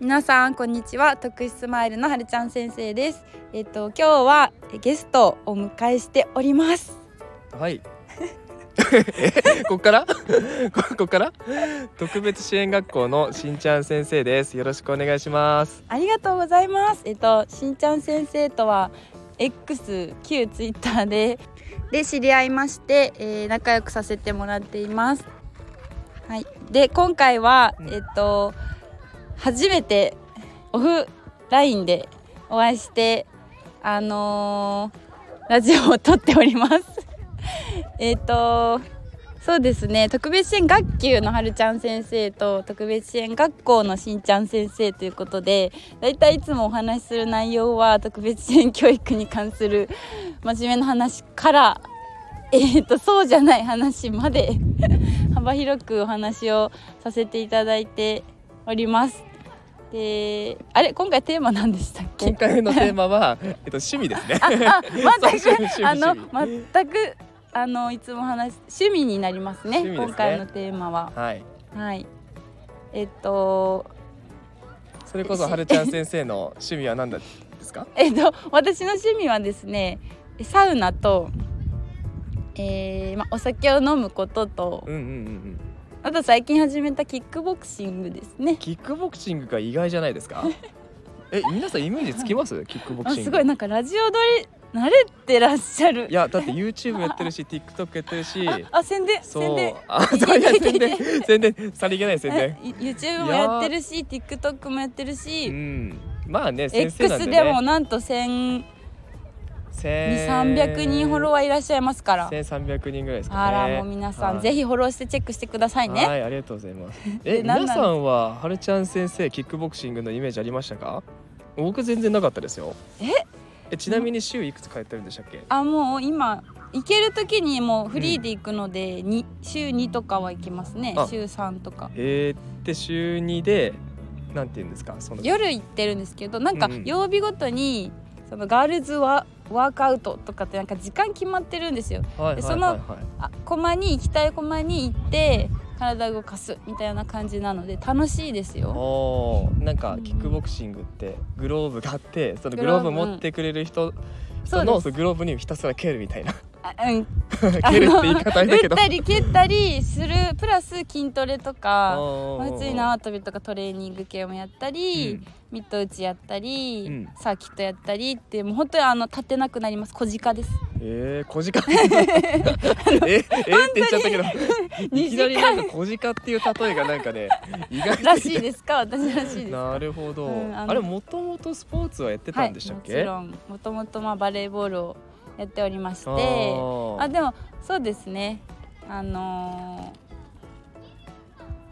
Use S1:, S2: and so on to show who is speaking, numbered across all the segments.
S1: 皆さんこんにちは特殊スマイルのはるちゃん先生ですえっと今日はえゲストをお迎えしております
S2: はい。 えこっから ここっから特別支援学校のしんちゃん先生ですよろしくお願いします
S1: ありがとうございますえっとしんちゃん先生とは X 旧ツイッターでで知り合いまして、えー仲良くさせてもらっていますはいで今回は
S2: うん
S1: えっと初めてオフラインでお会いしてあのーラジオを撮っております えっとそうですね特別支援学級のはるちゃん先生と特別支援学校のしんちゃん先生ということでだいたいいつもお話しする内容は特別支援教育に関する真面目な話から、えー、とそうじゃない話まで 幅広くお話をさせていただいております。であれ今回テーマ何でしたっけ
S2: 今回のテーマは えっと趣味ですね
S1: あ、 あ、全
S2: そう
S1: く、
S2: 趣味
S1: あの、
S2: 趣
S1: 全く、あの、いつも話す、趣味になりますね。
S2: 趣味です
S1: 今
S2: ね
S1: 回のテーマは、
S2: はい
S1: はい。えっと、
S2: それこそはるちゃん先生の趣味は何だで すか
S1: えっと、私の趣味はですね、サウナと。えーまあ、お酒を飲むことと
S2: うんうんうんうん
S1: あと最近始めたキックボクシングですね
S2: キックボクシングが意外じゃな いですかえ皆さんイメージつきますキックボク
S1: あ
S2: シング
S1: すごいなんかラジオ撮り慣れてらっしゃる
S2: いやだって YouTube やってるし TikTok やってるし
S1: あ宣伝
S2: そ
S1: 宣
S2: う
S1: 伝
S2: あそういや
S1: いやい
S2: 宣
S1: やいや
S2: 伝宣伝さりげない宣伝
S1: え YouTube もやってるし TikTok もやってるし、
S2: うんまあね先生なんで
S1: X
S2: ね
S1: でもなんと1 2 3 0 0
S2: 2300
S1: 人フォロワーいらっしゃいますから、
S2: 1300人ぐらいですか
S1: あ
S2: ね
S1: らもう皆さん
S2: はい
S1: ぜひフォローしてチェックしてくださいね、
S2: はいありがとうございます え
S1: 何なん
S2: 皆さんははるちゃん先生キックボクシングのイメージありましたか僕全然なかったですよ
S1: え
S2: えちなみに週いくつ通ってるんでしたっけ
S1: あもう今行ける時にもうフリーで行くので、に週2とかは行きますね
S2: あ
S1: 週3とか
S2: えー、って週2でなんて言うんですかその
S1: 夜行ってるんですけどなんか
S2: うんうん
S1: 曜日ごとにそのガールズワワークアウトとかってなんか時間決まってるんですよ
S2: はいはい
S1: そ
S2: はい
S1: の
S2: はい
S1: あ駒に行きたい駒に行って体動かすみたいな感じなので楽しいですよ
S2: おーなんか
S1: うん
S2: キックボクシングってグローブがあってその
S1: グ
S2: グ
S1: ロ
S2: ロ
S1: ー
S2: ー
S1: ブ
S2: ブ持ってくれる人
S1: そ
S2: そうの
S1: で
S2: そ
S1: す
S2: のグローブにひたすら蹴るみたいな
S1: あうん
S2: 蹴るって言い方あれだけど
S1: あの打ったり蹴ったりするプラス筋トレとか普
S2: 普
S1: 通に縄跳びとかトレーニング系もやったり、ミット打ちやったり、
S2: うん
S1: サーキットやったりってもう本当にあの立てなくなります小鹿です
S2: ええー、小鹿。え、 ええって言っちゃったけど、 いきなりなんか小鹿っていう例えがなんかね、意外
S1: らしいですか私らしいですか
S2: なるほど。
S1: うんあ
S2: あ
S1: の
S2: れもともとスポーツはやってた
S1: はい
S2: んでしたっ
S1: も
S2: け？
S1: ちろんもともとまあバレーボールをやっておりまして
S2: あー
S1: あでもそうですねあの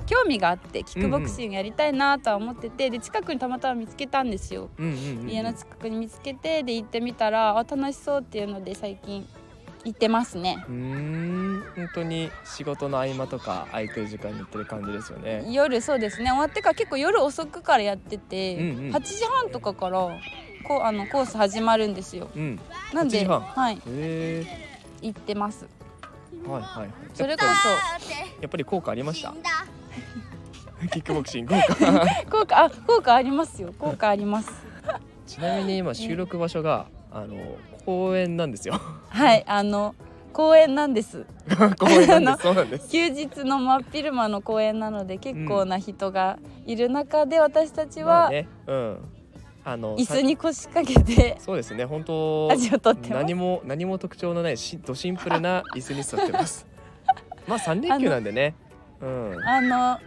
S1: ー興味があってキックボクシングやりたいなとは思ってて、で近くにたまたま見つけたんですよ、
S2: うんうんうん、
S1: 家の近くに見つけてで行ってみたらあ楽しそうっていうので最近行ってますね
S2: うーん、本当に仕事の合間とか空いてる時間に行ってる感じですよね。
S1: 夜そうですね終わってから結構夜遅くからやってて、
S2: うんうん
S1: 8時半とかからこうあのコース始まるんですよ
S2: うん、
S1: なん
S2: 8
S1: で
S2: 時半
S1: はい
S2: え
S1: 行ってます
S2: えー、はいはいはい。
S1: それこ
S2: やっぱ
S1: そ
S2: りやっぱり効果ありました
S3: 行。った
S2: キックボクシング効果。
S1: 効果あ効果ありますよ効果あります
S2: ちなみに今収録場所 があの公園なんですよ。
S1: はいあの公園なんです
S2: 公園なんです。そうなんです。
S1: 休日の真っ昼間の公園なので結構な人がいる中で私たち
S2: まあ
S1: は
S2: ね、うん、あの
S1: 椅子
S2: さ
S1: に腰掛けて
S2: そうですね本当
S1: ラジオ撮ってます
S2: 何も何も特徴のないしドシンプ ルな椅子に座ってますまあ三連休なんでねうん
S1: あの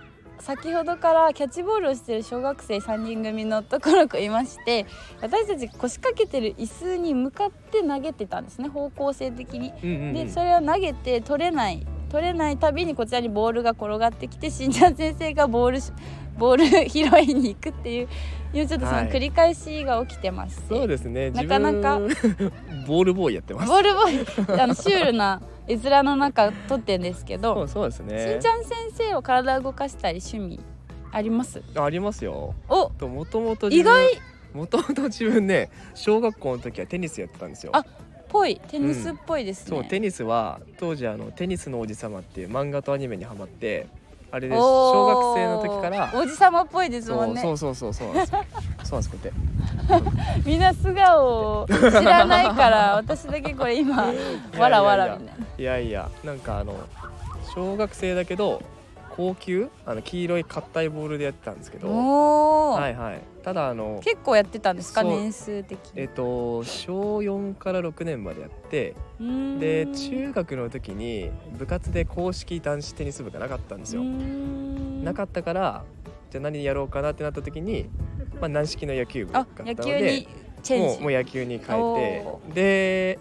S1: 先ほどからキャッチボールをしてる小学生3人組の男の子いまして私たち腰掛けてる椅子に向かって投げてたんですね方向性的に。
S2: うんうんう
S1: で
S2: ん
S1: それを投げて取れない取れないたびにこちらにボールが転がってきて新ちゃん先生がボールしボール拾いに行くっていういうちょっとその
S2: はい
S1: 繰り返しが起きてます、
S2: そうですね
S1: なかなか
S2: 自分ボールボーイやってます
S1: ボールボーイあのシュールな絵面の中撮ってるんですけ
S2: そ
S1: ど、
S2: うそうです
S1: し
S2: ね
S1: んちゃん先生は体を動かしたり趣味あります
S2: あありますよ
S1: お
S2: ともともと
S1: 意外
S2: もともと自分ね小学校の時はテニスやってたんですよ
S1: あぽいテニスっぽいですね、
S2: そうテニスは当時あの「テニスの王子様」っていう漫画とアニメにハマってあれです小学生の時から
S1: おじさまっぽいですも
S2: そ
S1: ん
S2: う
S1: ね
S2: そうそうそうそうなんですよそうなんですこうやって
S1: みんな素顔を知らないから私だけこれ 今わらわらみたいない
S2: やいやなんかあの小学生だけど高級あの黄色い硬いボールでやってたんですけど
S1: おお、
S2: はいはいただあの
S1: 結構やってたんですか
S2: そう
S1: 年数的
S2: えっ
S1: に
S2: と小4から6年までやって
S1: うーん
S2: で中学の時に部活で公式男子テニス部がなかったんですよ
S1: うーん
S2: なかったからじゃあ何やろうかなってなった時に、まあ、軟式の野球部だ
S1: あ
S2: ったの
S1: 野球
S2: で
S1: にチェン
S2: もう
S1: ジ
S2: もう野球に変え
S1: お
S2: てで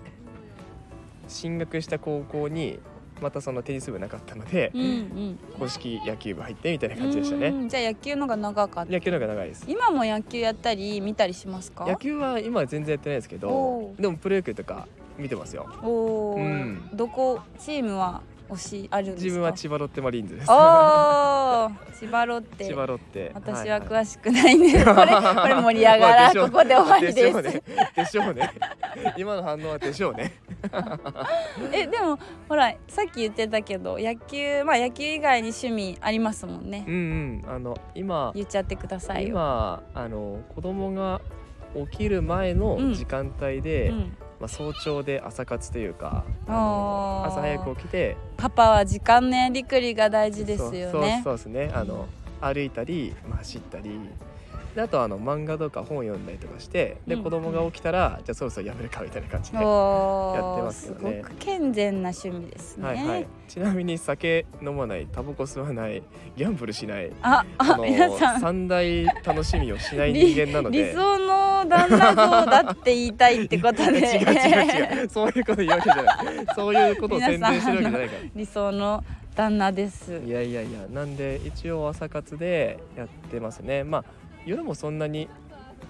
S2: 進学した高校にまたそのテニス部なかったので、
S1: うんうん
S2: 公式野球部入ってみたいな感じでしたね、
S1: うーんじゃあ野球のが長かった
S2: 野球の方が長いです
S1: 今も野球やったり見たりしますか
S2: 野球は今は全然やってないですけど
S1: おー
S2: でもプロ野球とか見てますよ
S1: おお、
S2: うん
S1: どこチームは推しあるんですか
S2: 自分は千葉ロッテマリーンズです
S1: おお ー千葉ロッテ
S2: 千葉ロッテ
S1: 私は
S2: し
S1: 詳しくないん で、これこれ盛り上がらんここで終わりです、
S2: でしょうね今の反応はでしょうね
S1: えでもほらさっき言ってたけど野球まあ野球以外に趣味ありますもんね、
S2: うんうんあの今
S1: 言っちゃってくださいよ
S2: 今あの子供が起きる前の時間帯で、
S1: うん、
S2: まあ、早朝で朝活というかあ
S1: お
S2: の
S1: ー
S2: 朝早く起きて
S1: パパは時間のやりくりが大事ですよね
S2: そうそうそうですねあの歩いたり、まあ、走ったりであとあの漫画とか本読んだりとかしてで
S1: うん
S2: 子供が起きたら、じゃあそろそろやめるかみたいな感じで、
S1: お
S2: やって
S1: ー
S2: ます
S1: す
S2: よ
S1: ご
S2: ね
S1: く健全な趣味ですね、
S2: はいはい、ちなみに酒飲まないタバコ吸わないギャンブルしない
S1: ああ
S2: あの
S1: 皆さん
S2: 三大楽しみをしない人間なの
S1: 理
S2: で。
S1: 想の旦那像だって言いたいってことで
S2: 違う違う違うそういうこと言うわけじゃないそういうことを宣伝してるわけじゃないから
S1: 理想の旦那です
S2: いやいやいやなんで一応朝活でやってますねまあ夜もそんなに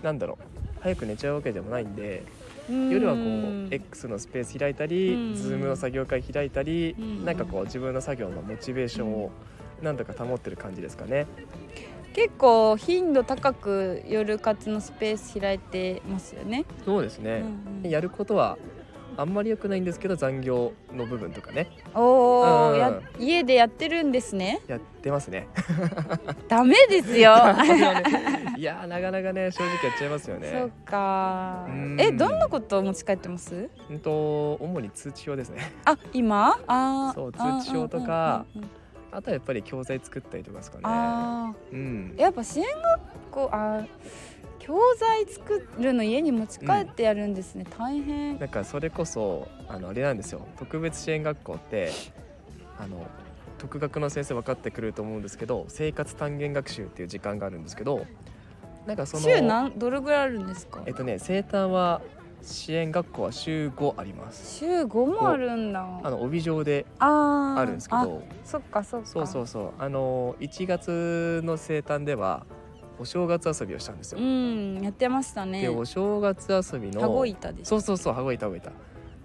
S2: なんだろう早く寝ちゃうわけでもないんで夜はこう X のスペース開いたり
S1: うん
S2: Zoom の作業会開いたり
S1: うん
S2: なんかこう自分の作業のモチベーションをなんとか保ってる感じですかね
S1: 結構頻度高く夜活のスペース開いてますよね。
S2: そうです
S1: う
S2: ね
S1: んうん
S2: やることはあんまり良くないんですけど残業の部分とかね
S1: おお、
S2: うん
S1: や家でやってるんですね。
S2: やってますね
S1: ダメです よ。
S2: いやーなかなかね正直やっちゃいますよね
S1: そうか
S2: う。ん
S1: え、どんなことを持ち帰ってます？
S2: うんと主に通知表ですね
S1: あ、今？あー
S2: そう
S1: あー
S2: 通知表とか
S1: うんうんうんうん
S2: あとはやっぱり教材作ったりとかですか
S1: あ
S2: ね。うん
S1: あ、。やっぱ支援学校あー、教材作るの家に持ち帰ってやるんですね。大変。
S2: なんかそれこそあのあれなんですよ。特別支援学校ってあの特学の先生分かってくれると思うんですけど、生活単元学習っていう時間があるんですけど、なんかその
S1: 週何どれぐらいあるんですか
S2: えっ？とね生誕は支援学校は週5あります。
S1: 週五もあるんだ。
S2: あの帯状で
S1: あー
S2: あるんですけ
S1: あ
S2: ど、
S1: そっかそっか
S2: そうそううそうあの1月の生誕ではお正月遊びをしたんですよ。
S1: んやってましたね
S2: でお正月遊びの
S1: 羽子板でしょ
S2: そうそうそう羽子板羽子板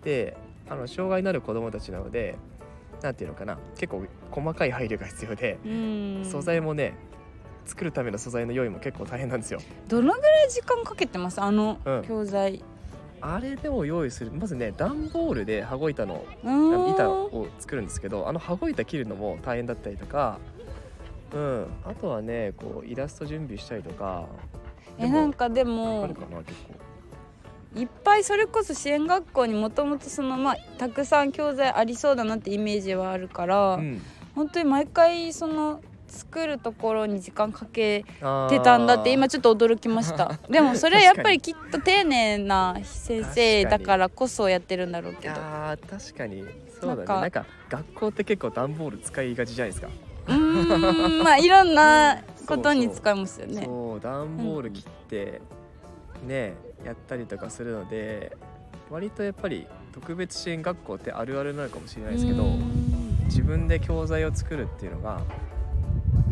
S2: であの障害のある子どもたちなのでなんていうのかな結構細かい配慮が必要で、
S1: うん
S2: 素材もね作るための素材の用意も結構大変なんですよ
S1: どのぐらい時間かけてますあの
S2: うん
S1: 教材
S2: あれでも用意するまずね段ボールで羽子板の
S1: う
S2: あ
S1: ー
S2: の
S1: ん
S2: 板を作るんですけどあの羽子板切るのも大変だったりとかうんあとはねこうイラスト準備したりとか
S1: えなん
S2: か
S1: かで
S2: あ
S1: も
S2: るかな結構
S1: いっぱいそれこそ支援学校にもともとそのまあたくさん教材ありそうだなってイメージはあるから、
S2: うん
S1: 本当に毎回その作るところに時間かけ
S2: あー
S1: てたんだって今ちょっと驚きました でもそれはやっぱりきっと丁寧な先生だからこそやってるんだろう
S2: い
S1: けど
S2: やー確かにそ
S1: な
S2: うだ
S1: ん
S2: ね
S1: か
S2: なんか学校って結構段ボール使いがちじゃないですか、
S1: うーんまあいろんなことに使いますよね。
S2: そう段ボール切ってねやったりとかするので割とやっぱり特別支援学校ってあるあるなのかもしれないですけ
S1: う
S2: ど
S1: ーん
S2: 自分で教材を作るっていうのが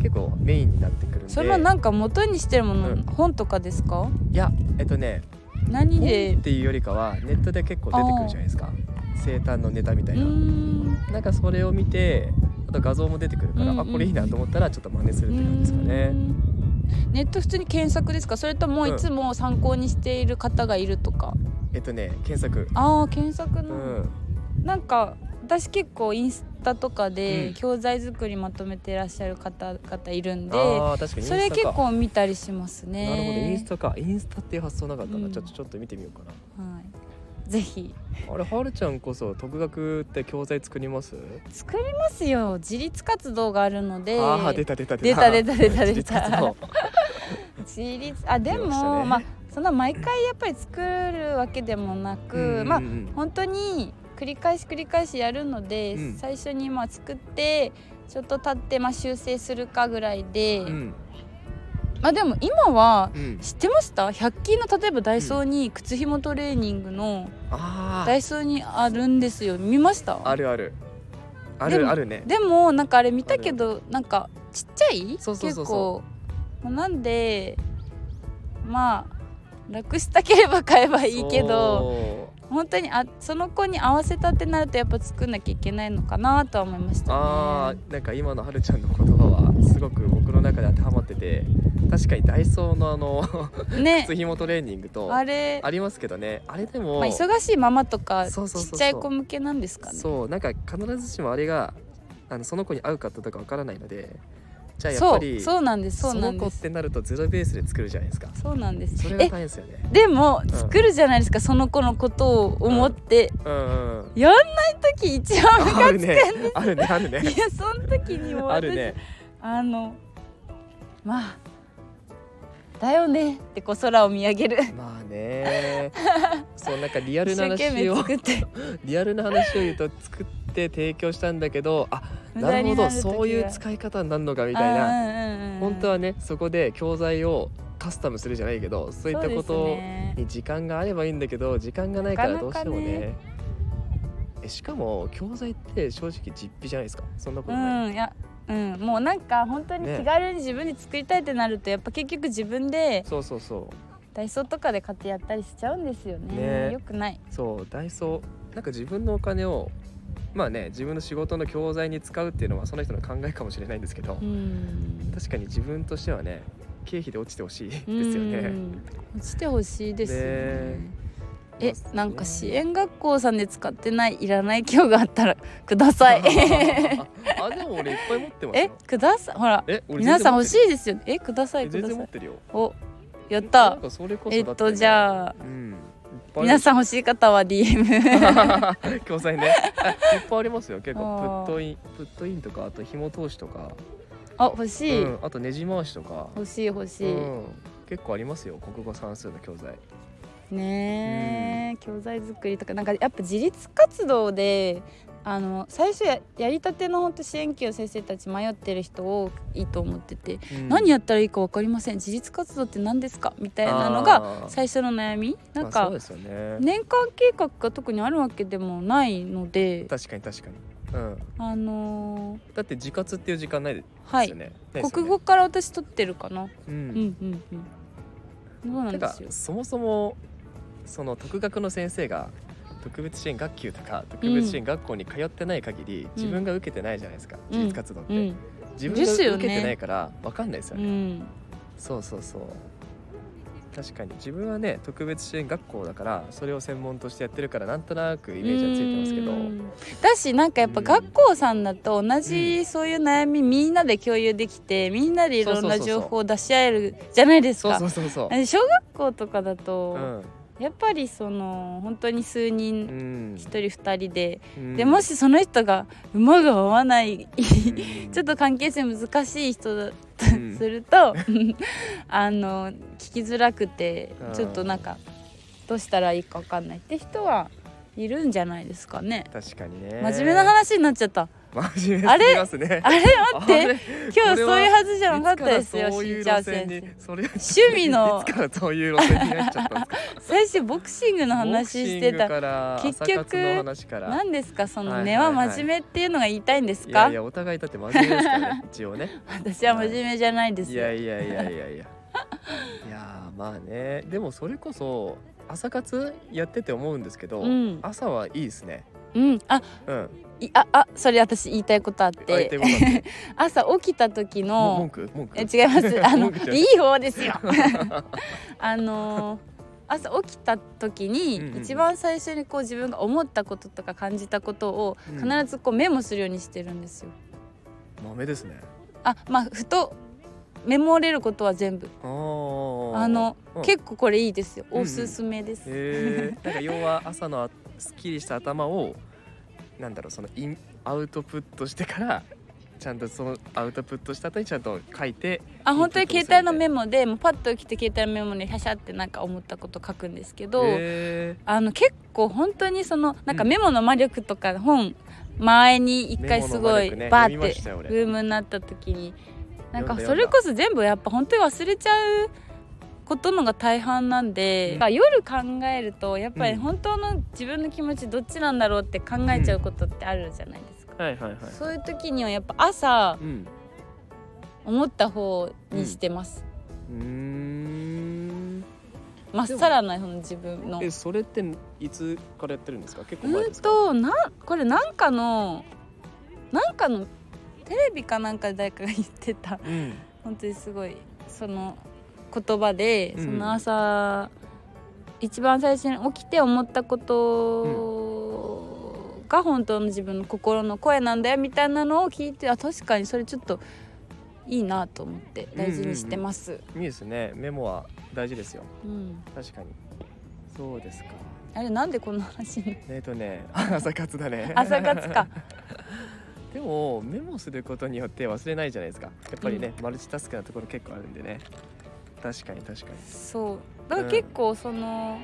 S2: 結構メインになってくるんで
S1: それはなんか元にしてるもの、
S2: うん
S1: 本とかですか
S2: いやえっとね
S1: 何
S2: 本
S1: で
S2: っていうよりかはネットで結構出てくるじゃないですか生誕のネタみた
S1: う
S2: い
S1: ー
S2: な。
S1: ん
S2: なんかそれを見てあと画像も出てくるか
S1: う
S2: ら、
S1: んうん
S2: あこれいいなと思ったらちょっと真似するって感じですか
S1: うー
S2: ね。
S1: んネット普通に検索ですかそれとも
S2: うん
S1: いつも参考にしている方がいるとか、
S2: えっとね検索
S1: ああ検索
S2: う
S1: の、
S2: ん
S1: なんか私結構インスタとかで、
S2: うん
S1: 教材作りまとめてらっしゃる方々いるんで
S2: あー確かにインスタか
S1: それ結構見たりしますね
S2: なるほどインスタかインスタっていう発想なかったな、
S1: うん
S2: ちょっとちょっと見てみようかな
S1: はい、ぜひ
S2: あれはるちゃんこそ独学って教材作ります、
S1: 作りますよ自立活動があるので
S2: ああ出た出た
S1: 出た出た出た
S2: 自
S1: 出
S2: 立活
S1: た
S2: 動
S1: 自立あで
S2: 出ました
S1: も
S2: ね
S1: まあそんな毎回やっぱり作るわけでもなく、
S2: うん
S1: ま
S2: う
S1: あ
S2: んうん
S1: 本当に繰り返し繰り返しやるので、
S2: うん
S1: 最初にまあ作ってちょっと経ってまあ修正するかぐらいで、
S2: うん
S1: まあでも今は
S2: うん
S1: 知ってました100均の例えばダイソーに靴ひもトレーニングの
S2: あ
S1: ダイソーにあるんですよ見ました
S2: ああるあるあ
S1: で
S2: る
S1: も
S2: あるね
S1: でもなんかあれ見たけどなんかちっちゃい
S2: そうそうそう
S1: 結構まあなんでまあ楽したければ買えばいいけど本当にあその子に合わせたってなるとやっぱ作んなきゃいけないのかなとは思いまし
S2: そう
S1: た
S2: あ
S1: ね。
S2: ーなんか今のはるちゃんの言葉はすごく僕の中で当てはまってて確かにダイソーのあの
S1: ね
S2: 靴ひもトレーニングと
S1: あれ
S2: ありますけどねあれでも、
S1: まあ、忙しいママとかち
S2: そうそうそ
S1: っ
S2: うそう
S1: ちゃい子向けなんですかね。
S2: そうなんか必ずしもあれがあのその子に合うかとかわからないのでじゃあやっぱり
S1: そうそうなんですそう
S2: そ
S1: な
S2: の
S1: ん
S2: 子
S1: で
S2: っ
S1: す
S2: てなるとゼロベースで作るじゃないですか
S1: そうなんです
S2: それが大
S1: え
S2: 変ですよね
S1: でも
S2: ん
S1: 作るじゃないですかその子のことを思って、
S2: うんうん
S1: やんない時一番
S2: あるねあるねあ るね
S1: いやその時にもう私
S2: あるね
S1: あのまあだよねってこう空を見上げる
S2: ま あねそうなんかリアル
S1: 一
S2: な
S1: 生懸
S2: 話
S1: 命
S2: を
S1: 作って
S2: リアルな話を言うと作って提供したんだけどあ
S1: 無
S2: な
S1: 駄
S2: るほ
S1: に
S2: ど
S1: る時が
S2: そういう使い方になるのかみたいな
S1: な
S2: 本当はねそこで教材をカスタムするじゃないけどそういったことに時間があればいいんだけど時間がないからどうしてもね
S1: なかな
S2: えしかも教材って正直実費じゃないですかそんなこ
S1: う
S2: とない、
S1: んいやうんもうなんか本当に
S2: ね
S1: 気軽に自分で作りたいってなるとやっぱ結局自分で
S2: そうそうそう
S1: ダイソーとかで買ってやったりしちゃうんですよね
S2: ね
S1: よくない
S2: そうダイソーなんか自分のお金をまあね自分の仕事の教材に使うっていうのはその人の考えかもしれないんですけど、
S1: うん
S2: 確かに自分としてはね経費で落ちてほしいですよ
S1: う
S2: ね。
S1: ん落ちてほしいですよね
S2: ね
S1: え
S2: まあ
S1: なんか支援学校さんで使ってないいらない教があったらください
S2: あでも俺いっぱい持ってま す
S1: え
S2: よ。
S1: くださいほら
S2: え俺
S1: 皆さん欲し
S2: い
S1: いですよねえくださいく
S2: 全
S1: だ
S2: 然
S1: さ
S2: 持っ
S1: い
S2: てるよ。
S1: おやっ
S2: な
S1: た
S2: んかそれこそ
S1: えっとじゃあ
S2: あ、うん、
S1: 皆さん欲しい方は DM
S2: ん 教材ね あいっぱいありますよ結構
S1: あー
S2: プットインプットインとかあと紐通しとか、
S1: あ欲しい、
S2: うん、あとねじ回しとか、
S1: 欲しい欲し
S2: う
S1: い、
S2: ん、結構ありますよ国語算数の教材
S1: ねえ、教材作りとかなんかやっぱ自立活動であの最初ややりたての本当支援教の先生たち迷ってる人多いと思ってて、何やったらいいか分かりません自立活動って何ですかみたいなのが
S2: が
S1: 最初の悩みなん
S2: まあ、
S1: か
S2: そうですよね
S1: 年間計画が特にあるわけでもないので
S2: 確かに確かに、うん、
S1: あのー
S2: だって自活っていう時間ないです
S1: はい
S2: よね、ないですよね
S1: 国語から私取ってるかな
S2: う、
S1: うんんうんうんそうなんで
S2: てか
S1: すよ
S2: そもそもその特学の先生が特別支援学級とか特別支援学校に通ってない限り、自分が受けてないじゃないですか、自立活動って、
S1: うん
S2: 自分が
S1: です
S2: 受
S1: よ
S2: け
S1: ね
S2: てないからわかんないですよ
S1: う
S2: ね、
S1: ん
S2: そうそうそう確かに自分はね特別支援学校だからそれを専門としてやってるからなんとなくイメージはついてますけど
S1: うんだしなんかやっぱ学校さんだと同じそういう悩みみんなで共有できてみんなでいろんな
S2: そうそうそうそ
S1: 情
S2: う
S1: 報を出し合えるじゃないです
S2: そう
S1: か
S2: そうそうそう
S1: あの小学校とかだ
S2: う
S1: と
S2: ん
S1: やっぱりその本当に数
S2: う
S1: 人
S2: ん
S1: 一人二人で
S2: うん
S1: でもしその人が馬が合わない ちょ
S2: ち
S1: っと関係性難しい人だと
S2: うん
S1: すると あの聞きづらくて
S2: あー
S1: ちょっとなんかどうしたらいいか分かんないって人はいるんじゃないですかね。
S2: 確かにね
S1: 真面目な話になっちゃった。
S2: 真面目すぎますね
S1: あれ待って
S2: あれ
S1: 今日そういうはずじ
S2: い
S1: ゃなかったです
S2: つか
S1: よ
S2: らそう
S1: し
S2: い
S1: ん
S2: う
S1: ちゃ
S2: 路
S1: ん
S2: 線
S1: 先
S2: に
S1: 生。
S2: それ趣
S1: 趣味の
S2: いつからそういう路線になっちゃったんですか
S1: 最初ボクシングの話してた
S2: ボクシングから
S1: 結
S2: 朝
S1: 局
S2: 活の話から
S1: 何ですかそ
S2: は
S1: の
S2: い
S1: 根
S2: は
S1: はい
S2: はい
S1: 真面目っていうのが言いたいんです
S2: い
S1: か
S2: やいやお互いだって真面目ですからね一応ね
S1: 私は真面目じゃないです
S2: い
S1: よ
S2: やいやいやい やいやいやーまあねでもそれこそ朝活やってて思うんですけど、
S1: うん
S2: 朝はいいですね
S1: うんあ
S2: うん
S1: いああそれ私言いたいことあっ
S2: あ言ってて ごらんね
S1: 朝起きた時
S2: も文
S1: の
S2: 句文句
S1: え違いますあの
S2: 文句じゃない
S1: いい方ですよあのー朝起きた時に、
S2: うんうん
S1: 一番最初にこう自分が思ったこととか感じたことを
S2: うん
S1: 必ずこうメモするようにしてるんですよ。
S2: 豆ですね
S1: あまあふとメモれることは全部
S2: あー
S1: あの、
S2: うん
S1: 結構これいいですよ
S2: うんうん
S1: おすすめです。
S2: へえなんか要は朝のあすっきりした頭をなんだろうそのインアウトプットしてからちゃんとそのアウトプットした後にちゃんと書いて
S1: あ本当に携帯のメモでもうパッと起きて携帯のメモにシャシャってなんか思ったこと書くんですけど、
S2: へ
S1: あの結構本当にそのなんか
S2: うん
S1: メモの魔力とか本前に一回すごいバー
S2: メモの魔力ね読み
S1: っ
S2: ま
S1: て
S2: したよ俺
S1: ブームになった時になんか
S2: 読んだ
S1: それこそ全部やっぱ本当に忘れちゃうことのが大半なんで、なんか夜考えるとやっぱり
S2: うん
S1: 本当の自分の気持ちどっちなんだろうって考えちゃうことってあるじゃないですか。
S2: ーはいはいはい
S1: そういう時にはやっぱ朝
S2: うん
S1: 思った方にしてます。
S2: うーん
S1: まっさらなその自分の。
S2: えそれっていつからやってるんですか結構前
S1: う
S2: で
S1: ん
S2: すか
S1: となんこれなんかのなんかのテレビかなんかで誰かが言ってた
S2: うん
S1: 本当にすごいその言葉で、
S2: うん
S1: その朝一番最初に起きて思ったことが本当の自分の心の声なんだよみたいなのを聞いてあ確かにそれちょっといいなと思って大事にしてます。
S2: いいですねメモは大事ですよ
S1: うん
S2: 確かにそうですか
S1: あれなんでこんな話 に
S2: えっとね朝活だね
S1: 朝活か
S2: でもメモすることによって忘れないじゃないですかやっぱりね、マルチタスクなところ結構あるんでね確かに確かに
S1: そうだから結構その、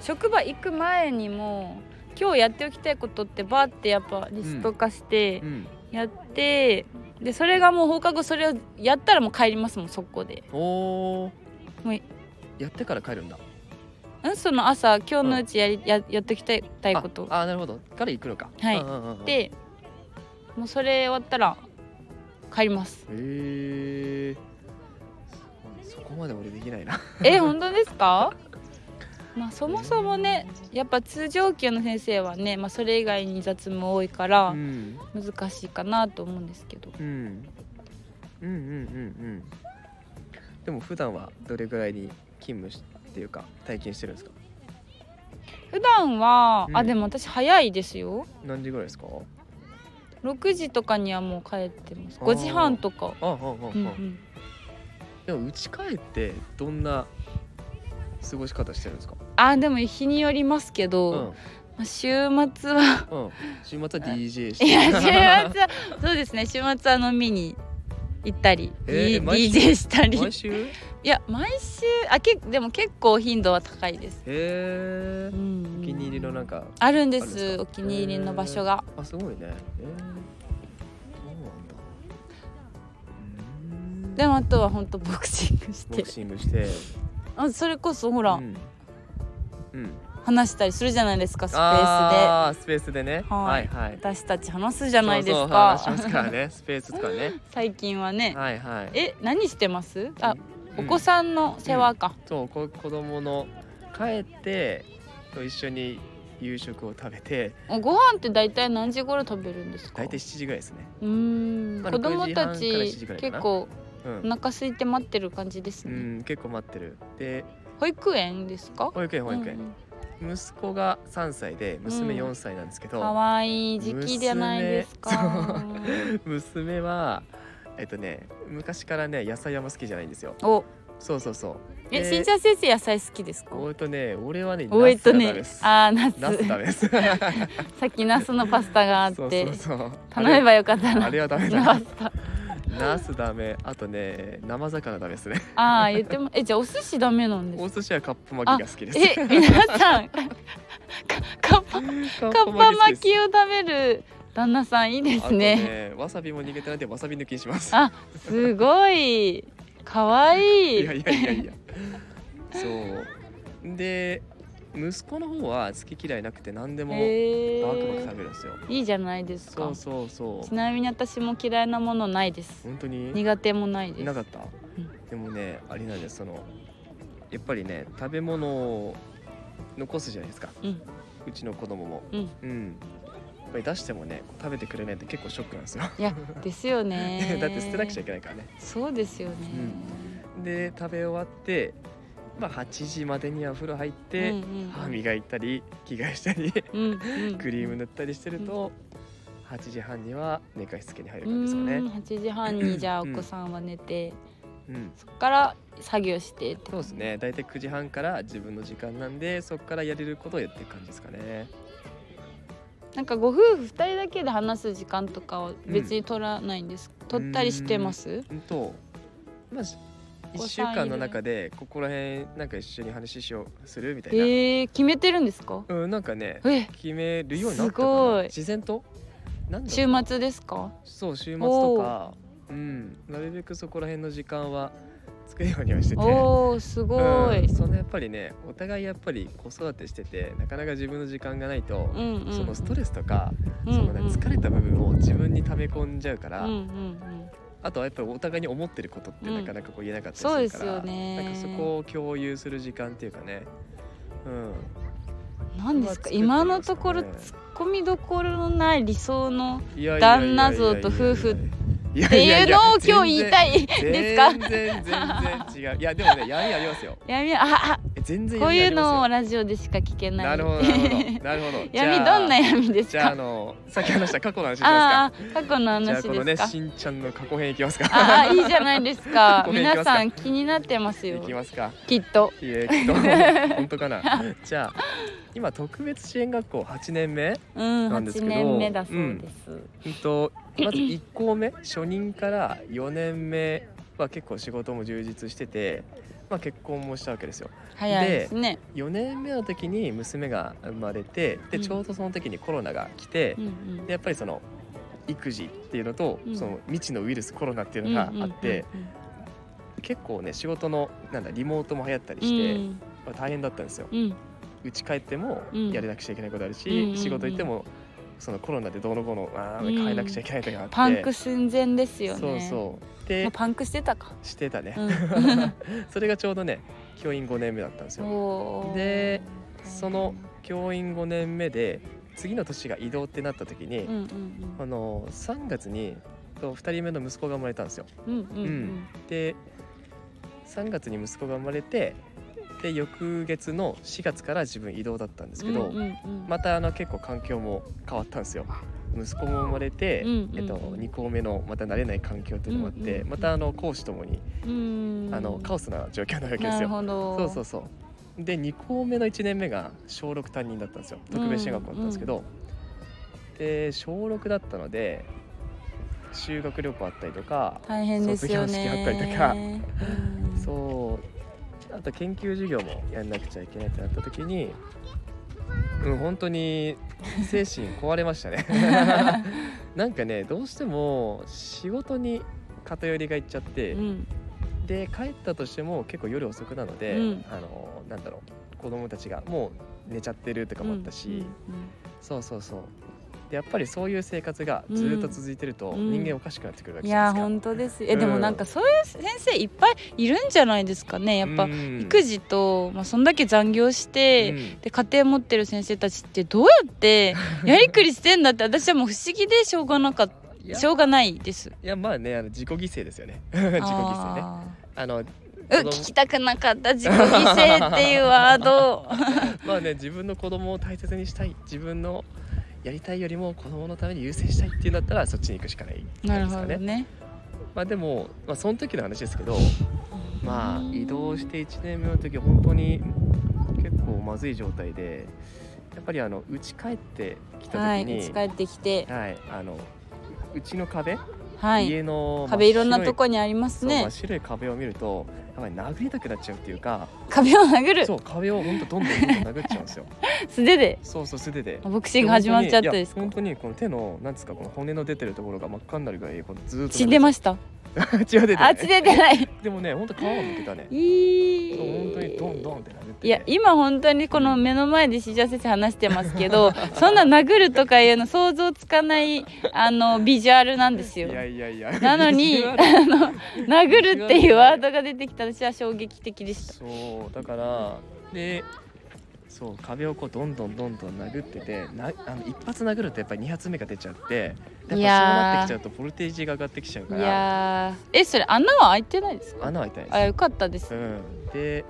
S1: 職場行く前にも今日やっておきたいことってバーってやっぱリスト化して
S2: ん
S1: やって、でそれがもう放課後それをやったらもう帰りますもん速攻で。
S2: おー
S1: もう
S2: やってから帰るんだ
S1: うんその朝今日のうちやり、ややっておきたいたいこと
S2: ああなるほどから行くのか
S1: はい
S2: うんうんうんうん
S1: でもうそれ終わったら帰り ます
S2: へえそこまで俺できないな
S1: え本当ですかまあそもそもねやっぱ通常級の先生はね、まあ、それ以外に雑務多いから、
S2: うん
S1: 難しいかなと思うんですけど
S2: うんうんうんうんうんでも普段はどれぐらいに勤務しっていうか体験してるんですか
S1: 普段は、
S2: う
S1: あ
S2: ん
S1: でも私早いですよ
S2: 何時ぐらいですか
S1: 6時とかにはもう帰ってます
S2: あー
S1: 5時半とか、
S2: あああああ、
S1: うんうん、
S2: でも家帰ってどんな過ごし方してるんですか。
S1: あでも日によりますけど、
S2: うん、うん、
S1: まあ週末 は
S2: 週末は DJ し
S1: いや
S2: て。
S1: 週末はそうですね週末は飲みに行ったり、
S2: えー
S1: D-
S2: 毎週
S1: DJ したり
S2: 毎週？へ
S1: いや毎週あけでも結構頻度は高いです、
S2: え
S1: う。ん、
S2: お気に入りのなんか、
S1: あるんで
S2: あるん
S1: す
S2: ですか
S1: お気に入りの場所が、
S2: あすごいね。えー、そうなんだ。うーん
S1: でもあとは本当ボクシングし
S2: ボ
S1: て
S2: クシングして。
S1: あそれこそほ
S2: ほ
S1: ら、
S2: うん。うん、
S1: 話したりするじゃないですかスペー
S2: あースペースでね。
S1: は
S2: はいいはい。
S1: スで私たち話すじゃないです
S2: そうそう
S1: か
S2: 話しますか らね。スペースとかね。
S1: 最近はね、
S2: はいはい。
S1: え何してますあ、
S2: う
S1: お子さんの世話か、
S2: そうこ子供の帰ってと一緒に夕食を食べて
S1: ご飯って大体何時頃食べるんですか
S2: 大体7時ぐらいですね。
S1: うーん
S2: まあ
S1: 子供た
S2: 6時半から
S1: ち
S2: 7時ぐらいかな
S1: 結構
S2: うん
S1: お腹空いて待ってる感じです
S2: う
S1: ね、
S2: ん、結構待ってるで
S1: 保育園ですか
S2: 保育園保育園、
S1: うん
S2: 息子が3歳で娘
S1: うん
S2: 4歳なんですけ
S1: か
S2: ど、
S1: わいい時期じゃないですか
S2: 娘はえっとね昔からね野菜あんま好きじゃないんですよ
S1: お
S2: そうそうそう
S1: え、
S2: で
S1: 新ちゃん先生野菜好きですか
S2: おえっとね俺はね
S1: おえっと
S2: ナスがダ
S1: ね
S2: メです
S1: あーナ
S2: ナスダ
S1: ス
S2: メです
S1: さっきナスのパスタがあって
S2: そうそうそう
S1: 頼めばよかった
S2: あれ
S1: な
S2: あれはダメ
S1: ナ
S2: だ
S1: スタ
S2: ナスダメあとね生魚ダメですね
S1: ああ言ってもえじゃあお寿司ダメなんです
S2: お寿司はカップ巻きが好きです。
S1: え皆さんかかっぱ
S2: カ
S1: かっぱ巻
S2: 好き
S1: きを食べる旦那さんいいで
S2: です
S1: すね
S2: あとね、わさびも逃げてないんでわさび抜きにします。
S1: あすごい可愛い
S2: いやいやいやいや。そう。で、息子の方は好き嫌いなくて何でもバ
S1: へ
S2: クバク食
S1: ー
S2: べるんですよ。
S1: いいじゃないです
S2: そ
S1: か
S2: うそうそ
S1: ち
S2: う。
S1: なみに私も嫌いなものないです
S2: 本当に
S1: 苦手もないです
S2: なかった
S1: ん。
S2: でもね、あれなんです。そのやっぱりね、食べ物を残すじゃないですか。
S1: うん
S2: うちの子供も。
S1: うん
S2: うん。やっぱり出してもね、食べてくれないって結構ショックなんですよ。
S1: いやですよね
S2: だって捨てなくちゃいけないからね。
S1: そうですよね、
S2: で食べ終わってまあ、8時までには風呂入っ
S1: うん
S2: て、
S1: うん
S2: 歯磨いたり着替えしたり
S1: うんうん
S2: クリーム塗ったりしてると、8時半には寝かしつけに入る感じですか
S1: うーん
S2: ね。
S1: 8時半 にじゃあお
S2: うん
S1: 子さんは寝て、
S2: うん
S1: そっから作業してって
S2: そうですね大体9時半から自分の時間なんでそこからやれることをやっていく感じですかね
S1: なんかご夫婦2人だけで話す時間とかは別に取らないんです、取ったりしてます
S2: うんとまあし
S1: お
S2: 1
S1: 子
S2: 週
S1: さんいる
S2: 間の中でここら辺なんか一緒に話しようするみたいな、
S1: えー、決めてるんですか
S2: うん、なんかね
S1: え
S2: 決めるようになったか
S1: すご
S2: ない自然となんだろ
S1: 週
S2: うな
S1: 末ですか
S2: そう週末とかうんなるべくそこら辺の時間は作るようにはしてて
S1: おーすごい、う
S2: う
S1: んん、
S2: そのやっぱりねお互いやっぱり子育てしててなかなか自分の時間がないと、
S1: うんうん
S2: そのストレスとか、
S1: うん
S2: そのね、
S1: うん
S2: 疲れた部分を自分に溜め込んじゃうから、
S1: うんうん
S2: あとはやっぱりお互いに思ってることって
S1: うん
S2: なかなかこう言えなかったりするから、
S1: そうですよね
S2: なんかそこを共有する時間っていうかね、うん、
S1: うん何ですか
S2: それは
S1: 今
S2: 作ってるん
S1: の
S2: です
S1: とこ
S2: かね
S1: ろツッコミどころのない理想の
S2: いやいやいやいやい
S1: 旦
S2: や
S1: 那像と夫婦
S2: いや
S1: っていうのを今日言い
S2: い
S1: たいですか
S2: 全然全然違ういやでもね闇ありますよ
S1: いやみああ
S2: え全然
S1: こう
S2: 闇あ
S1: いう
S2: りますよ
S1: のをラジオでしか聞けない
S2: なるほどな るほどなるほどじゃあ
S1: 闇どんな闇です
S2: じゃああ
S1: か
S2: のさっき話した過去の話しますか
S1: あー過去の
S2: じゃあ
S1: 話
S2: この
S1: で
S2: ね
S1: すか
S2: しんちゃんの過去編いきますか
S1: ああいいじゃないです か
S2: ごめん行き
S1: 皆
S2: ますか
S1: さん気になって ます
S2: い
S1: よ
S2: きますか
S1: きっと
S2: いえきっと 本当 かなじゃあ今特別支援学校8年目
S1: うん
S2: なんですけ
S1: 8
S2: ど
S1: 年目だそうです、
S2: うんとまず1校目初任から4年目は結構仕事も充実してて、まあ、結婚もしたわけですよ
S1: 早いですね
S2: 4年目の時に娘が生まれてで
S1: うん
S2: ちょうどその時にコロナが来て、
S1: うん
S2: でやっぱりその育児っていうのと、
S1: うん
S2: その未知のウイルスコロナっていう
S1: う
S2: の
S1: ん
S2: があって、
S1: うんうんうん
S2: 結構ね仕事のなんだリモートも流行ったり
S1: う
S2: して、
S1: ん
S2: まあ大変だったんですよ
S1: うん
S2: 家帰っても
S1: うん
S2: やれなくちゃいけないことあるし、
S1: うんうんうん
S2: 仕事行ってもそのコロナでどうのこうのあー
S1: うん
S2: 変えなくちゃいけないとかあって、
S1: パンク寸前ですよね
S2: そう
S1: も
S2: そう
S1: う
S2: で
S1: パンクしてたか、
S2: してたね、
S1: うん
S2: それがちょうどね教員5年目だったんですよ
S1: おー
S2: でその教員5年目で次の年が移動ってなった時に、
S1: うんうん
S2: あの3月にと2人目の息子が生まれたんですよ
S1: うんうんうんうん
S2: で3月に息子が生まれてで翌月の4月から自分移動だったんですけど、
S1: うんうんうん
S2: またあの結構環境も変わったんですよ息子も生まれて、
S1: うんうんうん
S2: えっと、2校目のまた慣れない環境というのもあって、
S1: うんうんうん
S2: またあの講師ともに、
S1: うん
S2: あのカオスな状況なわけで
S1: な
S2: す
S1: る
S2: よ。
S1: ほど
S2: そうそうそうで2校目の1年目が小6担任だったんですよ特別支援学校だったんですけど、で小6だったので修学旅行あったりとか
S1: 大変ですよね
S2: 卒業式あったりとか
S1: うん
S2: そうあと研究授業もやんなくちゃいけないってなった時にうん本当に精神壊れましたねなんかねどうしても仕事に偏りがいっちゃって、
S1: うん
S2: で帰ったとしても結構夜遅くなので、
S1: うん
S2: あのなんだろう子供たちがもう寝ちゃってるとかもあったし、
S1: うんうん
S2: そうそうそうでやっぱりそういう生活がずっと続いてると
S1: うん
S2: 人間おかしくなってくるわけ
S1: い
S2: じゃ
S1: や
S2: ない
S1: 本当ですよ
S2: う
S1: え
S2: ん
S1: でもなんかそういう先生いっぱいいるんじゃないですかね
S2: で
S1: や
S2: す
S1: っぱ
S2: か。
S1: 育児と、まあ、そんだけ残業し
S2: で
S1: て、で家庭持ってる先生たちってどうや ってやりくりしてんだって私はもう不思議でしょうがなかっ
S2: いや
S1: しょうがないです。
S2: いやまあねあの自己犠牲ですよね 自己犠牲ね
S1: あ
S2: あの
S1: ーう
S2: 子供
S1: 聞きたくなかった自己犠牲っていうワー ド
S2: まあね自分の子供を大切にしたい自分のやりたいよりも子供のために優先したいっていうんだったらそっちに行くしかない
S1: なる
S2: です
S1: ほ
S2: か
S1: どね。
S2: まあでも、まあ、その時の話ですけどまあ移動して1年目の時本当に結構まずい状態でやっぱりあの家帰ってき
S1: は
S2: た
S1: い
S2: 時
S1: 家
S2: に、
S1: 帰
S2: はい
S1: ってきて
S2: あのうちの壁、
S1: はい
S2: 家の
S1: 壁いろんな
S2: 真っ白
S1: とこにあります
S2: そう真
S1: ね
S2: っ。白い壁を見るとやっぱり殴りたくなっちゃうっていう か
S1: 壁を殴る
S2: そう壁を本当どんどんどんどん殴っちゃうんですよ
S1: 素手で
S2: そうそう素手で
S1: ボクシング始まっちゃったです
S2: いや
S1: か
S2: 本当にこの手のなんですかこの骨の出てるところが真っ赤になるぐらいこのずーっと
S1: 血出ま
S2: し
S1: した
S2: た血は出てな
S1: あ血
S2: い
S1: 出てない
S2: でもね 本当皮をむけたね
S1: いい
S2: そう本当にドンドンって殴ってて
S1: いや今本当にこの目の前でしじゃ先生話してますけ どそんな殴るとかいうの想像つかないあのビジュアルなんですよ
S2: いやいやいや
S1: なの
S2: 意地
S1: にあ
S2: 悪い
S1: の殴るっていうワードが出てきた私は衝撃的でした
S2: そうだからでそう壁をこうどんどんどんどん殴っててなあの一発殴るとやっぱり二発目が出ちゃってやっぱそう
S1: いやー
S2: なってきちゃうとボルテージが上がってきちゃうか
S1: い
S2: ら
S1: やーえそれ穴は開いてないですか
S2: 穴開いたいです
S1: あよかったです
S2: うん、で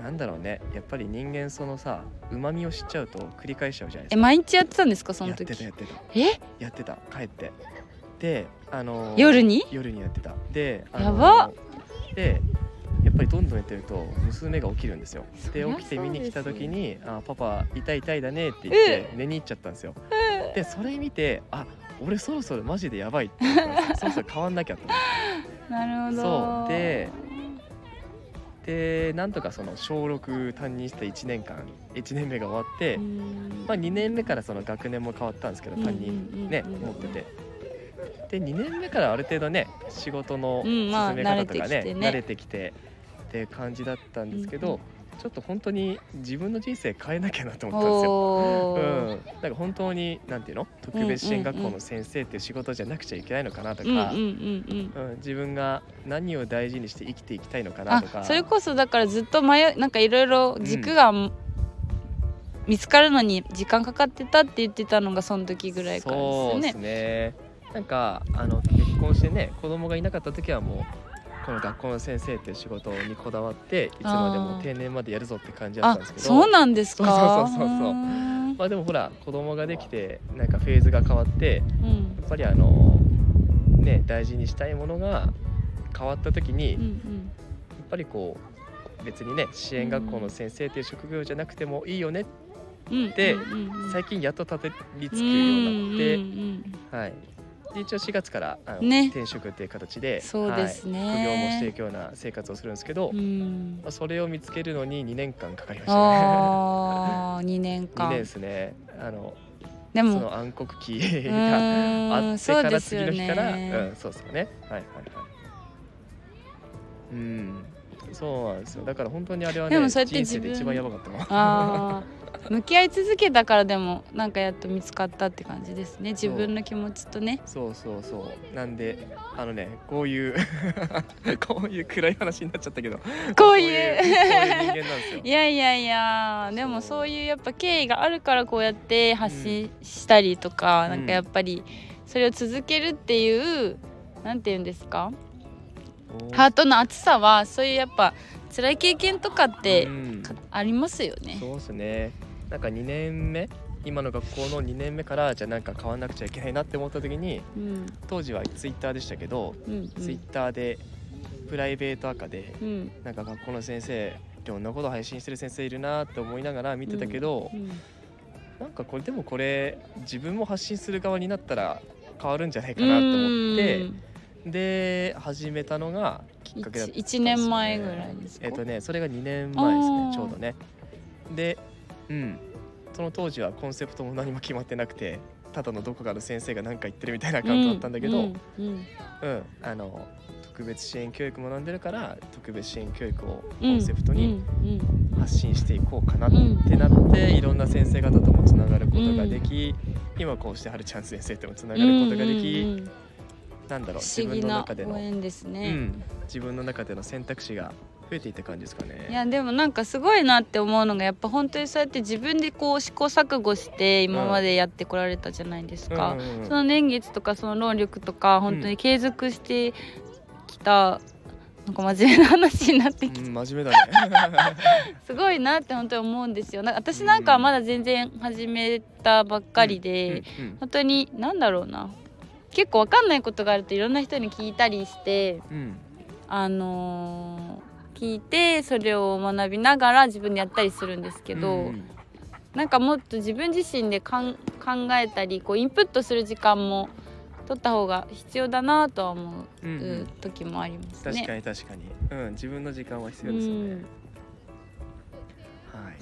S2: なんだろうねやっぱり人間そのさうまみを知っちゃうと繰り返しちゃうじゃない
S1: え
S2: ですか
S1: 毎日やってたんですかその時
S2: やってたやって
S1: え
S2: たやってた帰ってであのー
S1: 夜に
S2: 夜にやってたで、あ
S1: やば
S2: でやっぱりどんどんやってると娘が起きるんですよで
S1: そりゃ
S2: 起きて見に来た時
S1: そう
S2: に「あパパ痛い痛いだね」って言って寝に行っちゃったんですよでそれ見て「あ俺そろそろマジでやばい」って思ったん ですよそろそろ変わんなきゃと思って
S1: なるほど
S2: そうででなんとかその小6担任して1年間1年目が終わって、まあ、2年目からその学年も変わったんですけど担任ね
S1: うんうんうんうん
S2: 持ってて。で2年目からある程度ね仕事の
S1: う
S2: 進
S1: んまあ
S2: め方とか
S1: 慣
S2: ね,、
S1: れてきてね
S2: 慣れてきてって感じだったんですけど、ちょっと本当に自分の人生変えなきゃなと思ったんですよ。
S1: お
S2: う
S1: ー
S2: ん、なんか本当になんていうの特別支援学校の先生っていう仕事じゃなくちゃいけないのかなと
S1: うんうん
S2: か、
S1: うん
S2: うん自分が何を大事にして生きていきたいのか
S1: うん
S2: なとか
S1: あそれこそだからずっと迷いなんかいろいろ軸が見つかるのに時間かかってたって言ってたのがその時ぐらいからです
S2: そ
S1: よ
S2: うで
S1: ね
S2: すねなんかあの結婚してね子供がいなかった時はもうこの学校の先生っていう仕事にこだわっていつまでも定年までやるぞって感じだっ
S1: あ
S2: たんですけど
S1: そうなんですか
S2: そうそうそうそう
S1: ーん
S2: まあでもほら子供ができてなんかフェーズが変わって
S1: うん
S2: やっぱりあのね大事にしたいものが変わった時に、
S1: うんう
S2: やっ
S1: ん
S2: ぱりこう別にね支援学校の先生っていう職業じゃなくてもいいよね、
S1: うん
S2: で
S1: うんうんうん
S2: 最近やっと立てりつくようになって。
S1: うんうんうん
S2: はい、で一応4月からあの、
S1: ね
S2: 転職っていう形で
S1: そうですね
S2: はい、副業もしていくような生活をするんですけど、
S1: う
S2: ま
S1: ん
S2: あ、それを見つけるのに2年間かかりましたね。
S1: ああ2年
S2: 2年で
S1: 間
S2: すねあの
S1: で
S2: そ
S1: も
S2: の暗黒期
S1: う
S2: があ
S1: ーん
S2: って
S1: そう
S2: か
S1: で
S2: ら
S1: す
S2: 次
S1: よ
S2: の日からう
S1: ね
S2: ん、そうですよねはいはいはいうんそうなんですよだから本当にあれはね
S1: でもそうやって
S2: 人生で
S1: 自分
S2: 一番やばかったの
S1: あー向き合い続けたからでもなんかやっと見つかったって感じですね自分の気持ちとね
S2: そうそうそうなんであのねこういう こういう暗い話になっちゃったけど
S1: こ
S2: こ
S1: う
S2: う
S1: い
S2: いう
S1: う。
S2: こういう人間なんですよ
S1: いやいやいやでも
S2: そう
S1: そういうやっぱ経緯があるからこうやって発信したりとか、
S2: うん
S1: なんかやっぱりそれを続けるっていうなんて言うんですかハートの熱さはそういうやっぱ辛い経験とかって
S2: うん
S1: かありますよね。
S2: そうですね。なんか2年目今の学校の2年目からじゃあなんか変わんなくちゃいけないなって思った時に
S1: うん
S2: 当時はツイッターでしたけど、
S1: うんうん
S2: ツイッターでプライベート赤で
S1: うん
S2: なんか学校の先生いろんなこと配信してる先生いるなって思いながら見てたけど、
S1: うん
S2: なんかこれでもこれ自分も発信する側になったら変わるんじゃないかなと思って
S1: うん
S2: で始めたのがきっかけだったんですよね
S1: 一一年前ぐらいですか
S2: えっとねそれが2年前です
S1: あ
S2: ね
S1: ー
S2: ちょうどねでうんその当時はコンセプトも何も決まってなくてただのどこかの先生が何か言ってるみたいなアカウントだったんだけど、う
S1: うんうん
S2: あの特別支援教育学んでるから特別支援教育を
S1: う
S2: コ
S1: ん
S2: ンセプト
S1: う
S2: に
S1: んうん
S2: 発信していこうかなってなって、いろんな先生方ともつながることができ、今こうしてはるちゃん先生ともつながることができ、
S1: うんうんうん
S2: なんだろう
S1: 不
S2: 自
S1: 思議
S2: 分の
S1: な
S2: 中での、
S1: ご縁です
S2: う
S1: ね。
S2: ん、自分の中での選択肢が増えていった感じですかね。
S1: いやでもなんかすごいなって思うのがやっぱ本当にそうやって自分でこう試行錯誤して今までやってこられたじゃないですか、
S2: うんうんうん
S1: その年月とかその労力とか本当に継続してきた、なんか真面目な話になってきて、
S2: うん、真面目だね。
S1: すごいなって本当に思うんですよなんか私なんかはまだ全然始めたばっかりで、
S2: うんうん
S1: 本当に何だろうな結構わかんないことがあるといろんな人に聞いたりして
S2: うん
S1: あのー聞いてそれを学びながら自分でやったりするんですけど、
S2: うん
S1: なんかもっと自分自身でかん考えたりこうインプットする時間も取った方が必要だなとは思う
S2: うんう、
S1: ん時もありますね。
S2: 確かに確かに、うん、自分の時間は必要ですよね。
S1: うん
S2: はい、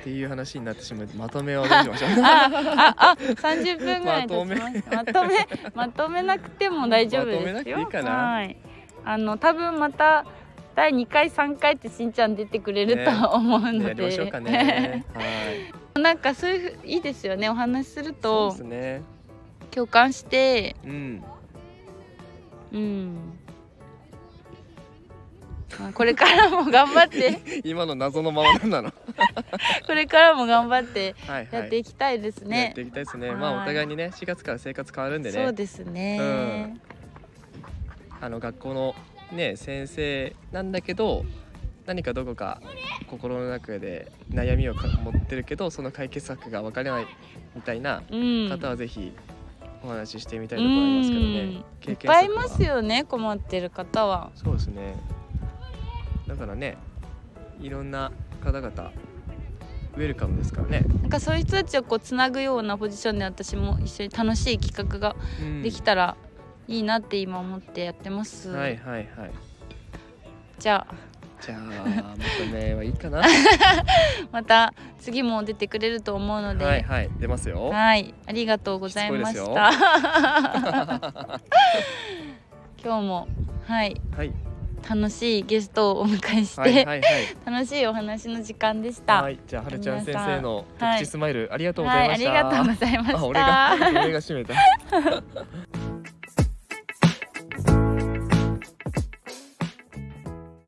S2: っていう話になってしまうまとめをどうしま しょう。
S1: あああ30分ぐらい経ちましたまとめまとめなくても大丈夫ですよ
S2: まとめなくていいかな
S1: はいあの多分また第2回3回ってしんちゃん出てくれるとは思うので、
S2: ねやりましょうかね。は い。
S1: なんかそういうふいいですよねお話しする
S2: そう
S1: と
S2: ですね。
S1: 共感して
S2: うん。
S1: うんまあこれからも頑張って
S2: 今の謎のままなんなの。
S1: これからも頑張って
S2: はいはい。
S1: やっていきたいです
S2: や
S1: ね
S2: って。いきたいですね。まあ
S1: はい
S2: お互いにね、4月から生活変わるんでね。
S1: そうですね。
S2: あの学校のね先生なんだけど何かどこか心の中で悩みをか持ってるけどその解決策が分からないみたいな
S1: うん
S2: 方はぜひお話ししてみたいところありますけどね
S1: うんい
S2: 経
S1: っ
S2: 験
S1: ぱいい
S2: 則は
S1: ますよね困ってる方は
S2: そうですねだからねいろんな方々ウェルカムですからね、
S1: なんかそういう人たちをこうつなぐようなポジションで私も一緒に楽しい企画が
S2: うん
S1: できたらいいなって今思ってやってます、
S2: はいはいはい
S1: じゃあ
S2: じゃ あまとめはいいかな
S1: また次も出てくれると思うので
S2: は
S1: はいい、
S2: はい出ますよ
S1: ありがとうございまし
S2: しつこ
S1: た 今日もはい
S2: はい
S1: 楽しいゲストをお迎えして、
S2: はいはいはい
S1: 楽しいお話の時間でした
S2: は。い、じゃあはるちゃん先生の
S1: 皆さん
S2: 特地スマイル、ありがとうござ
S1: はいい、
S2: ま
S1: あ
S2: し
S1: り
S2: た。
S1: がとうございました。
S2: あ、俺が俺が締めた。